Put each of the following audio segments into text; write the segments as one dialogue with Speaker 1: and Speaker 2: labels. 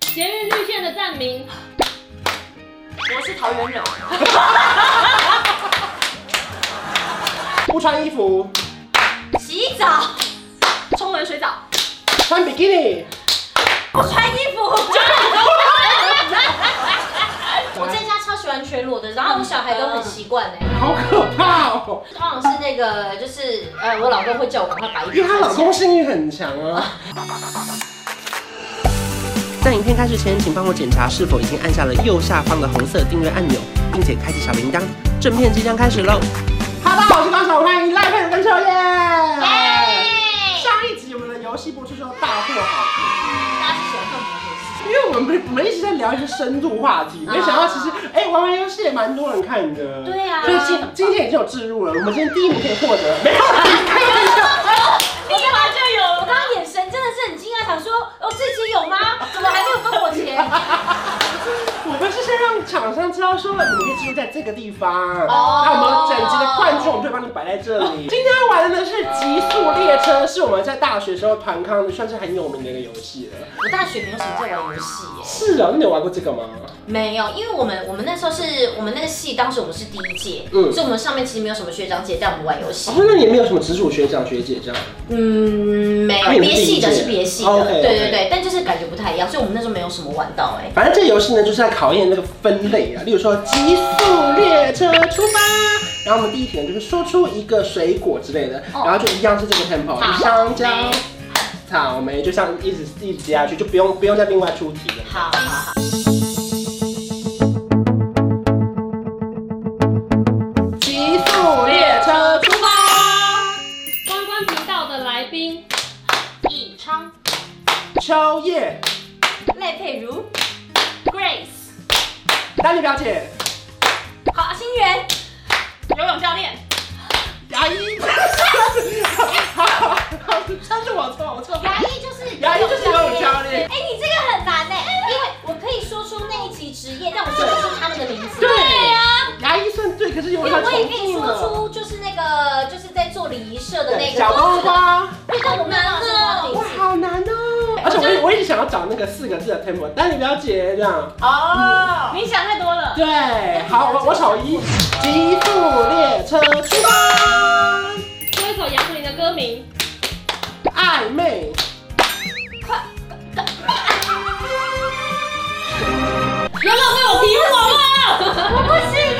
Speaker 1: 捷运绿线的站名，
Speaker 2: 我是桃园人，
Speaker 3: 不穿衣服，
Speaker 2: 洗澡，冲冷水澡，
Speaker 3: 穿比基尼，
Speaker 2: 不穿衣服。我在家超喜欢全裸的，然后我小孩都很习惯哎。
Speaker 3: 好可怕哦！
Speaker 2: 通常是那个，就是呃，我老公会叫我赶快把衣服
Speaker 3: 因为她
Speaker 2: 穿
Speaker 3: 老
Speaker 2: 起来
Speaker 3: 公。性欲很强啊。在影片开始前，请帮我检查是否已经按下了右下方的红色订阅按钮，并且开启小铃铛。正片即将开始喽！哈喽，我是高小欢迎赖佩如跟秋叶。上一集我们的游戏播出之后大获好评。
Speaker 2: 大家是喜欢看我们的
Speaker 3: 因为我们我们一直在聊一些深度话题，没想到其实哎、玩玩游戏也蛮多人看的。
Speaker 2: 啊对啊
Speaker 3: 所以今今天已经有置入了，我们今天第一名可以获得。没有啦，开玩笑。
Speaker 2: 你干嘛就有了？我刚刚眼神真的是很惊讶，想说哦，这集有吗？怎么还没有分我钱？
Speaker 3: 我们是先让厂商知道说了，你可以置入在这个地方。
Speaker 2: 哦
Speaker 3: 那我们整集的冠军我们就会帮你摆在这里。今天要玩的呢是极速列车，是我们在大学时候团康算是很有名的一个游戏了。
Speaker 2: 我大学没有什么在玩游戏耶。
Speaker 3: 是啊，那你有玩过这个吗？
Speaker 2: 没有，因为我们我们那时候是我们那个系，当时我们是第一届，
Speaker 3: 嗯
Speaker 2: 所以我们上面其实没有什么学长姐带我们玩游戏
Speaker 3: 哦，，那你也没有什么直属学长学姐这样？
Speaker 2: 嗯，没有
Speaker 3: 那，啊你们
Speaker 2: 别
Speaker 3: 第一
Speaker 2: 系的
Speaker 3: 届
Speaker 2: 是别系
Speaker 3: 哦
Speaker 2: 的，
Speaker 3: ，OK，OK
Speaker 2: 对对对，但就是感觉不太一样，所以我们那时候没有什么玩到哎、
Speaker 3: 反正这游戏呢，就是在考验那个分类啊，例如说极速列车出发，然后我们第一题呢就是说出一个水果之类的，
Speaker 2: 哦
Speaker 3: 然后就一样是这个 tempo，
Speaker 2: 好
Speaker 3: 香蕉
Speaker 2: 莓、
Speaker 3: 草莓，就像一直一直接下去，就不用不用再另外出题了。
Speaker 2: 好好好，
Speaker 3: 极速列车出发，
Speaker 1: 关关频道的来宾，
Speaker 2: 易昌、
Speaker 3: 秋叶、
Speaker 2: 赖佩如、Grace、
Speaker 3: 丹妮表姐、
Speaker 2: 好心源、游泳教练、
Speaker 3: 牙医， 好好好，这是我错，我错。
Speaker 2: 牙医就是
Speaker 3: 牙医就是游泳教练
Speaker 2: 哎、你这个很难哎、因为我可以说出那一集职业，但我说不出他那个名字。
Speaker 3: 对
Speaker 2: 啊。
Speaker 3: 牙医算对，可是有
Speaker 2: 因为
Speaker 3: 点
Speaker 2: 我也
Speaker 3: 重
Speaker 2: 可以
Speaker 3: 复
Speaker 2: 说
Speaker 3: 了。
Speaker 2: 出，就是那个，就是在做礼仪社的那个
Speaker 3: 小包包。
Speaker 2: 对，但我没有办法说他的名
Speaker 3: 哇，
Speaker 2: 字。
Speaker 3: 好难哦！而且我一我一直想要找那个四个字的 tempo，但你了解这样。
Speaker 2: 哦，
Speaker 1: 你想太多了。
Speaker 3: 对，好，我我手一，极速列车出发，
Speaker 1: 说一首杨丞琳的歌名，
Speaker 3: 暧昧，
Speaker 1: 有没有被我提我了？
Speaker 2: 啊不是耶，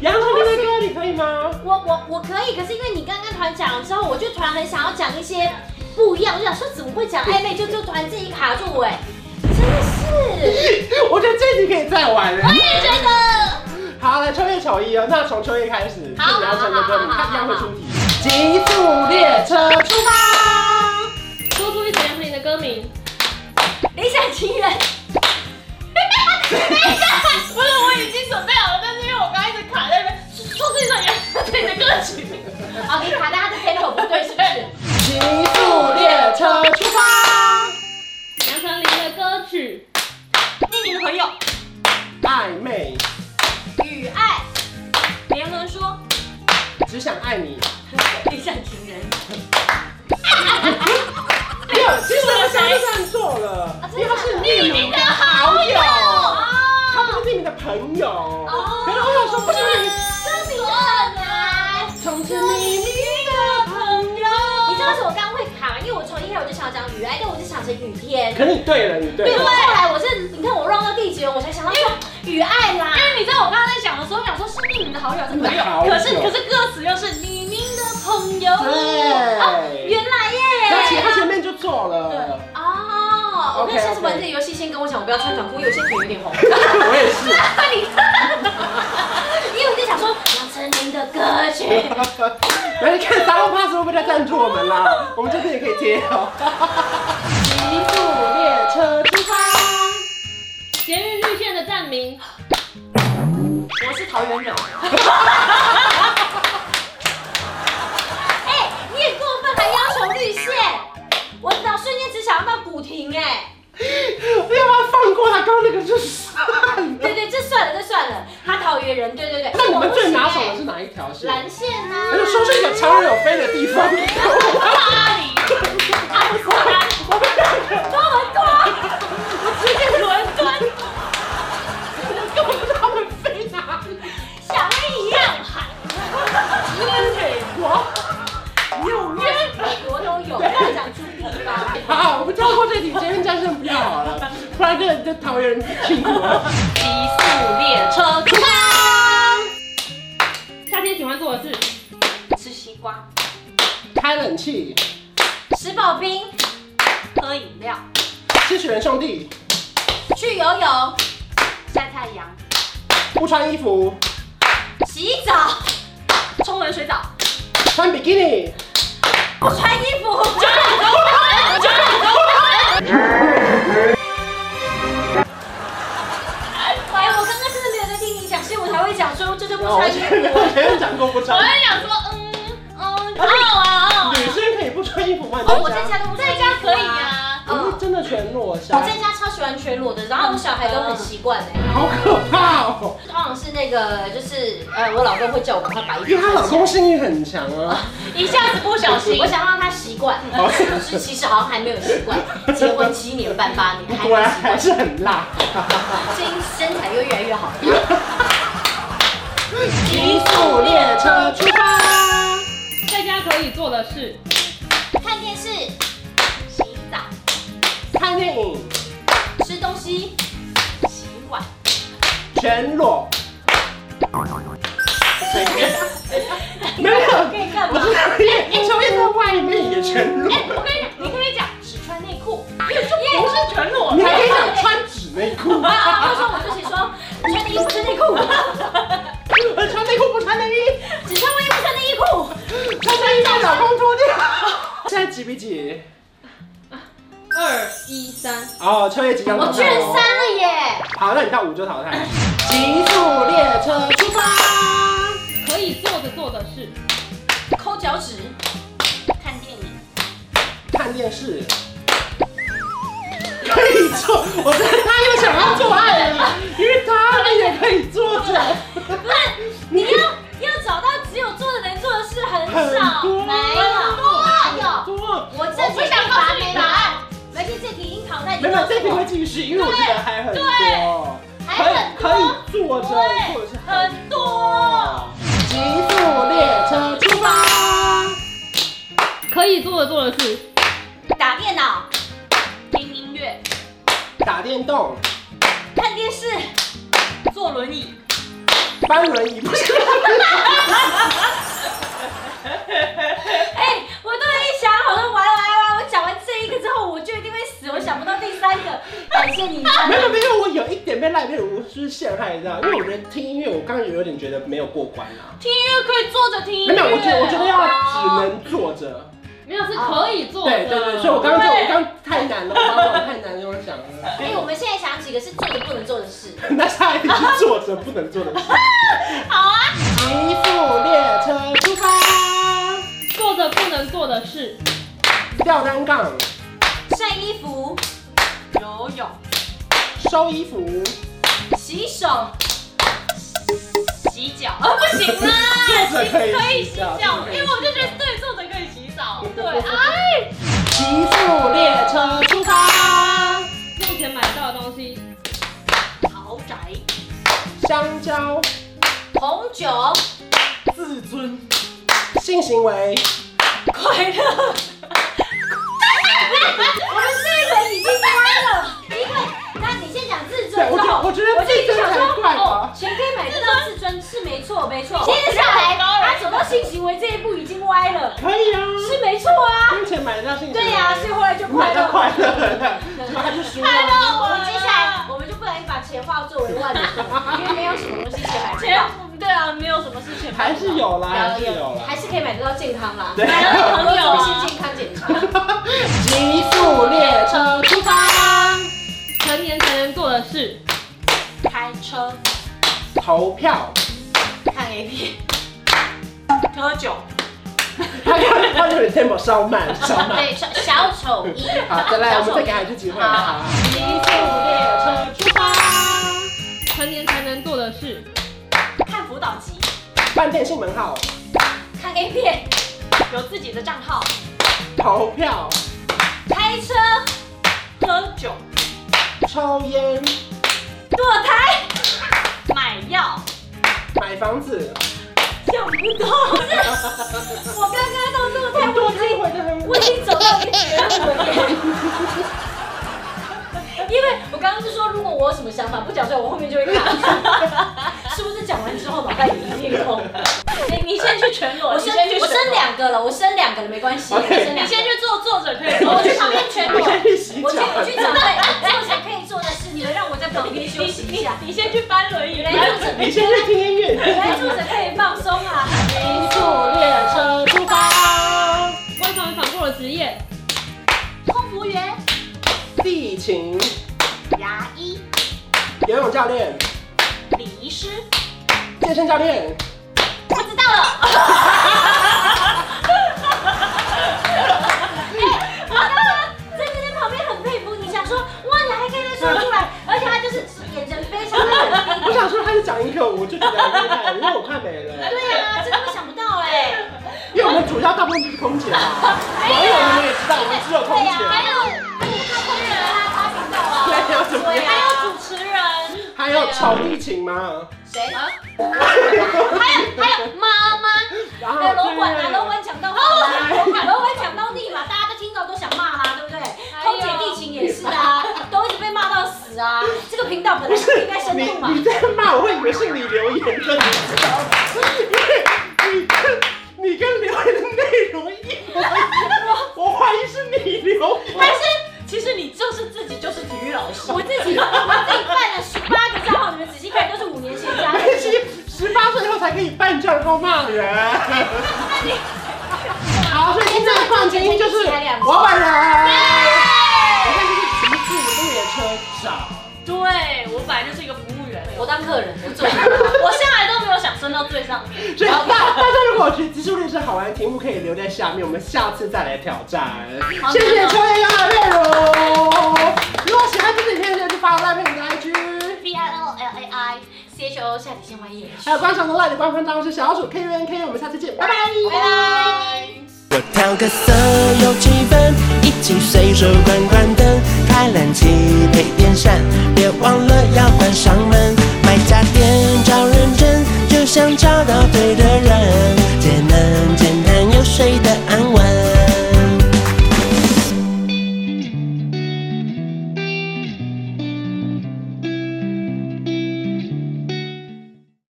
Speaker 3: 杨丞琳的歌你可以吗？
Speaker 2: 我我我可以，可是因为你刚刚突然讲了之后，我就突然很想要讲一些不一样，我就想说怎么会讲暧昧，就就突然自己卡住哎，真的是，
Speaker 3: 我觉得这题可以再玩了
Speaker 2: 我。也觉得。
Speaker 3: 好，来秋叶手一哦，那从秋叶开始，
Speaker 2: 好
Speaker 3: 杨丞琳的歌，你
Speaker 2: 好好好
Speaker 3: 看一样会出题。极速列车出发，
Speaker 1: 说出一首杨丞琳的歌名。
Speaker 2: 理想 情人，
Speaker 1: 不是，我已经准备好了，但是因为我刚一直卡在那边，说出一首杨丞琳的歌曲名。
Speaker 2: 哦，你卡在他的 tempo 不对，是不是？
Speaker 3: 极速列车出发，
Speaker 1: 杨丞琳的歌曲，
Speaker 2: 匿名的朋友，
Speaker 3: 暧昧，
Speaker 2: 与爱，别人说，
Speaker 3: 只想爱你。
Speaker 2: 理想情人，
Speaker 3: 没有，哎其实我刚就算做了
Speaker 2: 啊，真的
Speaker 3: 因为他是匿名的
Speaker 2: 好
Speaker 3: 好友，他
Speaker 2: 哦，
Speaker 3: 不是匿名的朋友。
Speaker 2: 哦
Speaker 3: 可是我想说，不是匿名，
Speaker 2: 这比较难。
Speaker 3: 从前你你的朋友。
Speaker 2: 你知道为什么我刚刚会卡吗？因为我从一开始我就想讲雨爱，但我就想成雨天。
Speaker 3: 可是你对了，你对
Speaker 2: 对，后
Speaker 3: 了。
Speaker 2: 来我是你看我 run 到第几轮，我才想到说雨爱啦。
Speaker 1: 因为你知道我刚刚在想的时候，想说是匿名的好友，是朋友，
Speaker 3: 好友
Speaker 1: 可是可是歌词又是匿名的朋友。
Speaker 3: 对，
Speaker 2: 哦原来
Speaker 3: 而且哎他
Speaker 2: 耶。
Speaker 3: 前面就做了，
Speaker 2: 哦，我
Speaker 3: OK，
Speaker 2: 跟下次
Speaker 3: OK
Speaker 2: 玩这个游戏，先跟我讲，我不要穿短裤，因为我现在腿有点红。
Speaker 3: 我也是。
Speaker 2: 你，因为我就想说杨丞琳的歌 曲。
Speaker 3: 来，你看达洛帕斯会不会在赞助我们啦？我们这边也可以贴哦。极速列车出发。
Speaker 1: 捷运绿线的站名，
Speaker 2: 我是桃园人。哎，你也过分，还要求绿线。我脑瞬间只想到古亭哎。
Speaker 3: 要不要放过他？刚刚那个就是算了。
Speaker 2: 对对，这算了，这算了。他桃园人，对对对。
Speaker 3: 那你们最拿手的
Speaker 2: 是
Speaker 3: 是哪哎一条线？
Speaker 2: 哎蓝线啊呢？
Speaker 3: 那就说出一个常人有飞的地 方。
Speaker 2: 巴黎，阿姆斯特丹，多伦多，我直接说
Speaker 3: 不然这这桃园辛苦了。
Speaker 1: 极速列车出发。夏天喜欢做的事，
Speaker 2: 吃西瓜，
Speaker 3: 开冷气，
Speaker 2: 吃刨冰，
Speaker 1: 喝饮料，
Speaker 3: 吃雪人兄弟，
Speaker 2: 去游泳，
Speaker 1: 晒太阳，
Speaker 3: 不穿衣服，
Speaker 2: 洗澡，
Speaker 1: 冲冷水澡。
Speaker 3: 穿比基尼。
Speaker 2: 不穿衣服。哎，我刚刚真的没有在听你讲，所以我才会讲说这就不
Speaker 3: 我
Speaker 2: 穿衣
Speaker 3: 觉得我
Speaker 2: 服。
Speaker 3: 前面讲过不
Speaker 1: 我
Speaker 3: 穿，
Speaker 1: 在讲说，嗯嗯，哦啊，
Speaker 3: 女生可以不穿衣服吗？
Speaker 2: 哦，我在家都不穿
Speaker 1: 在
Speaker 2: 衣
Speaker 1: 家
Speaker 2: 服
Speaker 1: 可以
Speaker 2: 啊。
Speaker 1: 啊。
Speaker 3: 我
Speaker 2: 嗯
Speaker 3: 是，真的全裸下
Speaker 2: 我，在家超喜欢全裸的，然后我小孩都很习惯哎。
Speaker 3: 好可怕哦！
Speaker 2: 通常是那个，就是呃，我老公会叫我赶快把衣服
Speaker 3: 因为她老
Speaker 2: 穿起来
Speaker 3: 公。性欲很强啊。
Speaker 1: 一下子不小心
Speaker 2: 我，想让他习惯，
Speaker 3: 好
Speaker 2: 殊不知其实好像还没有习惯。结婚七年半八年哦还
Speaker 3: 果
Speaker 2: 没
Speaker 3: 然
Speaker 2: 习
Speaker 3: 还
Speaker 2: 惯，
Speaker 3: 是很辣。
Speaker 2: 最近身材又越来越好。
Speaker 3: 极速列车出发，
Speaker 1: 在家可以做的事，
Speaker 2: 看电视、
Speaker 1: 洗澡、
Speaker 3: 看电影，
Speaker 2: 吃东西、
Speaker 1: 洗碗。
Speaker 3: 全裸。没有，
Speaker 2: 可以干
Speaker 3: 我
Speaker 2: 嘛？
Speaker 3: 是秋叶，秋叶在外面也全裸。
Speaker 1: 哎，我跟你讲，你可以讲只穿内裤，
Speaker 2: 耶！
Speaker 1: 不是全裸
Speaker 3: 你还可以讲穿纸内裤，
Speaker 2: 啊啊！我说我自己说，穿的衣服穿内裤，
Speaker 3: 穿内裤不穿内衣，
Speaker 2: 只穿内衣不穿内衣裤。
Speaker 3: 穿内衣被老公脱掉。现在几比几？
Speaker 1: 二一三，
Speaker 3: 哦，秋叶即将淘汰
Speaker 2: 我
Speaker 3: 哦
Speaker 2: 卷三了耶！
Speaker 3: 好，那你到五就淘汰。极速列车出发，
Speaker 1: 可以做着做的事，
Speaker 2: 抠脚趾，看电影，
Speaker 3: 看电视。可以做，我觉得他又想要做爱了，因为他们也可以坐着。
Speaker 2: 不是你要要找到只有做的能做的事很少，
Speaker 3: 很多
Speaker 2: 没有，有。
Speaker 3: 多，
Speaker 2: 我这题被罚没答案，没事，这题已经淘汰，
Speaker 3: 没有，这题会
Speaker 2: 题
Speaker 3: 继续，因为我觉得还很多，可
Speaker 2: 还很
Speaker 3: 以可
Speaker 2: 多，
Speaker 3: 以坐着，或者是
Speaker 2: 很多。
Speaker 3: 极速列车出发，
Speaker 1: 可以做着做的事，
Speaker 2: 打电脑、
Speaker 1: 听音乐，
Speaker 3: 打电动，
Speaker 2: 看电视，
Speaker 1: 坐轮椅，
Speaker 3: 搬轮椅不是。
Speaker 2: 哎，我都一想好了，完完完，我讲完这一个之后，我就一定会死，我想不到第三个，感谢你。
Speaker 3: 没有没有，我有一点被赖佩如就是陷害，你知道？因为我觉得听音乐，我刚刚有点觉得没有过关啊。
Speaker 1: 听音乐可以坐着听音
Speaker 3: 没
Speaker 1: 乐。
Speaker 3: 有，我觉得我觉得要只能坐着。
Speaker 1: 没有是可以坐着。
Speaker 3: 对对对，所以我刚刚就我刚太难了，我刚刚太难了，我想了。
Speaker 2: 哎，我们现在想几个是做的不能做的事，
Speaker 3: 那下一题是坐着不能坐的事。
Speaker 2: 好啊，
Speaker 3: 极速列车出发，
Speaker 1: 做着不能做的事，
Speaker 3: 吊单杠，
Speaker 2: 晒衣服、
Speaker 1: 游泳，
Speaker 3: 收衣服，
Speaker 2: 洗手、哦
Speaker 1: 洗脚。啊，不行啦，
Speaker 3: 坐着可以
Speaker 1: 可以
Speaker 3: 洗
Speaker 1: 洗
Speaker 3: 脚
Speaker 1: 脚，因为我就觉得对坐着可以洗澡。对，哎，
Speaker 3: 极速列车出发，
Speaker 1: 用钱买到的东西，
Speaker 2: 豪宅、
Speaker 3: 香蕉，
Speaker 2: 红酒、
Speaker 3: 自尊，性行为，
Speaker 2: 快乐。我们这个已经歪了，因为那你先讲自尊
Speaker 3: 对，我觉
Speaker 2: 之
Speaker 3: 得
Speaker 2: 后
Speaker 3: 我。觉得自尊才怪吧。
Speaker 2: 哦钱可以买得到自尊是没错，没错。接下来他走到性行为这一步已经歪了，
Speaker 3: 可以啊，
Speaker 2: 是没错啊。
Speaker 3: 金钱买得到性行为。
Speaker 2: 对啊呀、所以后来就
Speaker 3: 买
Speaker 2: 快
Speaker 3: 到
Speaker 2: 乐。
Speaker 3: 快乐了，然后他就输了。
Speaker 2: 我们接下来我们就不能把钱化作为 万能的，因为没有什么东西钱买不到。
Speaker 1: 对啊，没有什么事情。
Speaker 3: 还是有啦，还是有啦
Speaker 2: 还。是可以买得到健康啦，
Speaker 3: 对
Speaker 2: 买得到朋友做一些健康检查。
Speaker 3: 极速列车出发，
Speaker 1: 呃成年才能做的事，
Speaker 2: 开车、
Speaker 3: 投票。
Speaker 2: 看 A 片、
Speaker 1: 喝酒，
Speaker 3: 他有点他有点 tempo 稍慢，稍慢。
Speaker 2: 对，小小丑一。
Speaker 3: 好，再来，我们再给他一次机会。好，极速列车出发，
Speaker 1: 呃成年才能做的事，
Speaker 2: 看辅导集、
Speaker 3: 办电信门号，
Speaker 2: 看 A 片、
Speaker 1: 有自己的账号，
Speaker 3: 投票，
Speaker 2: 开车、
Speaker 1: 喝酒，
Speaker 3: 抽烟，
Speaker 2: 堕胎、
Speaker 1: 买药，
Speaker 3: 买房子。
Speaker 2: 想不到， 不是我刚刚到堕胎，我已经
Speaker 3: 回的很
Speaker 2: 我已经走到一个绝路了耶。因为我刚刚是说如果我有什么想法不讲出来，我后面就会 卡。是不是讲完之后脑袋里一片空？
Speaker 1: 你你先去全裸，
Speaker 2: 我
Speaker 1: 你
Speaker 2: 生
Speaker 1: 先去
Speaker 2: 我
Speaker 1: 全
Speaker 2: 生
Speaker 1: 裸，
Speaker 2: 两个了，我生两个了，没关系。
Speaker 3: OK
Speaker 2: 我生
Speaker 1: 你
Speaker 2: 两个
Speaker 1: 先去做坐着可以
Speaker 2: 我
Speaker 1: 吗？
Speaker 2: 去旁边 全 裸，
Speaker 3: 我先去洗脚
Speaker 2: 我去我去找对坐着可以做的事，你们让我在旁边休息一下。
Speaker 1: 你先去搬轮椅，
Speaker 2: 原来坐着，
Speaker 3: 你先去听音乐。
Speaker 2: 原来坐着可以放松啊。
Speaker 1: 音速列车出发。我也从没反过我的职业，
Speaker 2: 空服员、
Speaker 3: 地勤、
Speaker 2: 牙医、
Speaker 3: 游泳教练、
Speaker 2: 礼仪师，
Speaker 3: 健身教 练。
Speaker 2: 我知道了。哎，我刚刚在这边旁边很佩服你，想说哇，你还可以再说出来，而且他就是眼神非常的冷冰。
Speaker 3: 我想说他是讲一个，我就觉得很厉害，因为我快没了。欸
Speaker 2: 对啊，真的想不到哎。
Speaker 3: 因为我们主要大部分就是空姐 嘛，网友们也知道我们只有空
Speaker 2: 对哎呀，还
Speaker 3: 姐，
Speaker 2: 有还有他空人啊，他听到啊。
Speaker 3: 对啊怎么样
Speaker 2: 还有主
Speaker 1: 主持人，
Speaker 3: 还有炒地勤嘛，
Speaker 2: 谁？ 啊还有还有妈妈，
Speaker 3: 然后
Speaker 2: 还有楼管啊，楼管抢到好啊，
Speaker 3: 对
Speaker 2: 楼管楼管抢到地嘛，大家都听到都想骂他，对不对？空姐地勤也是啊， 都一直被骂到死啊。这个频道本
Speaker 3: 不
Speaker 2: 来就应该
Speaker 3: 是
Speaker 2: 生
Speaker 3: 你
Speaker 2: 动嘛。
Speaker 3: 你在骂我，会以为是你留言的，你知道吗？因为你跟你跟留言的内容一模一样，我怀疑是你留
Speaker 1: 但
Speaker 3: 言。
Speaker 1: 是其实你就是自己就是体育老师，
Speaker 2: 我自己我自己办了十八个账号，你们仔细看都是五年前 加的。
Speaker 3: 但是十八岁后才可以办账号骂人。好，所以今天的冠军就是我本人。我看这是极速列车长。
Speaker 1: 对哎我本来就是一个服务员，
Speaker 2: 我
Speaker 1: 我
Speaker 2: 当客人，我做。
Speaker 1: 我向来都没有想升到最上面。
Speaker 3: 所以大大家如果觉得极速列车好玩的题目，可以留在下面，我们下次再来挑战。谢谢秋叶的内容。如果喜欢这支影片，就去发我赖片的 IG，
Speaker 2: V I L L A I C H O 下底线 Y E。
Speaker 3: 还有观赏的赖的官方账号是小老鼠 K U N K，我们下次见，拜拜。
Speaker 2: 拜拜。
Speaker 4: 我调个色有气氛，一起随手关关灯，开冷气配电扇，别忘了要关上门。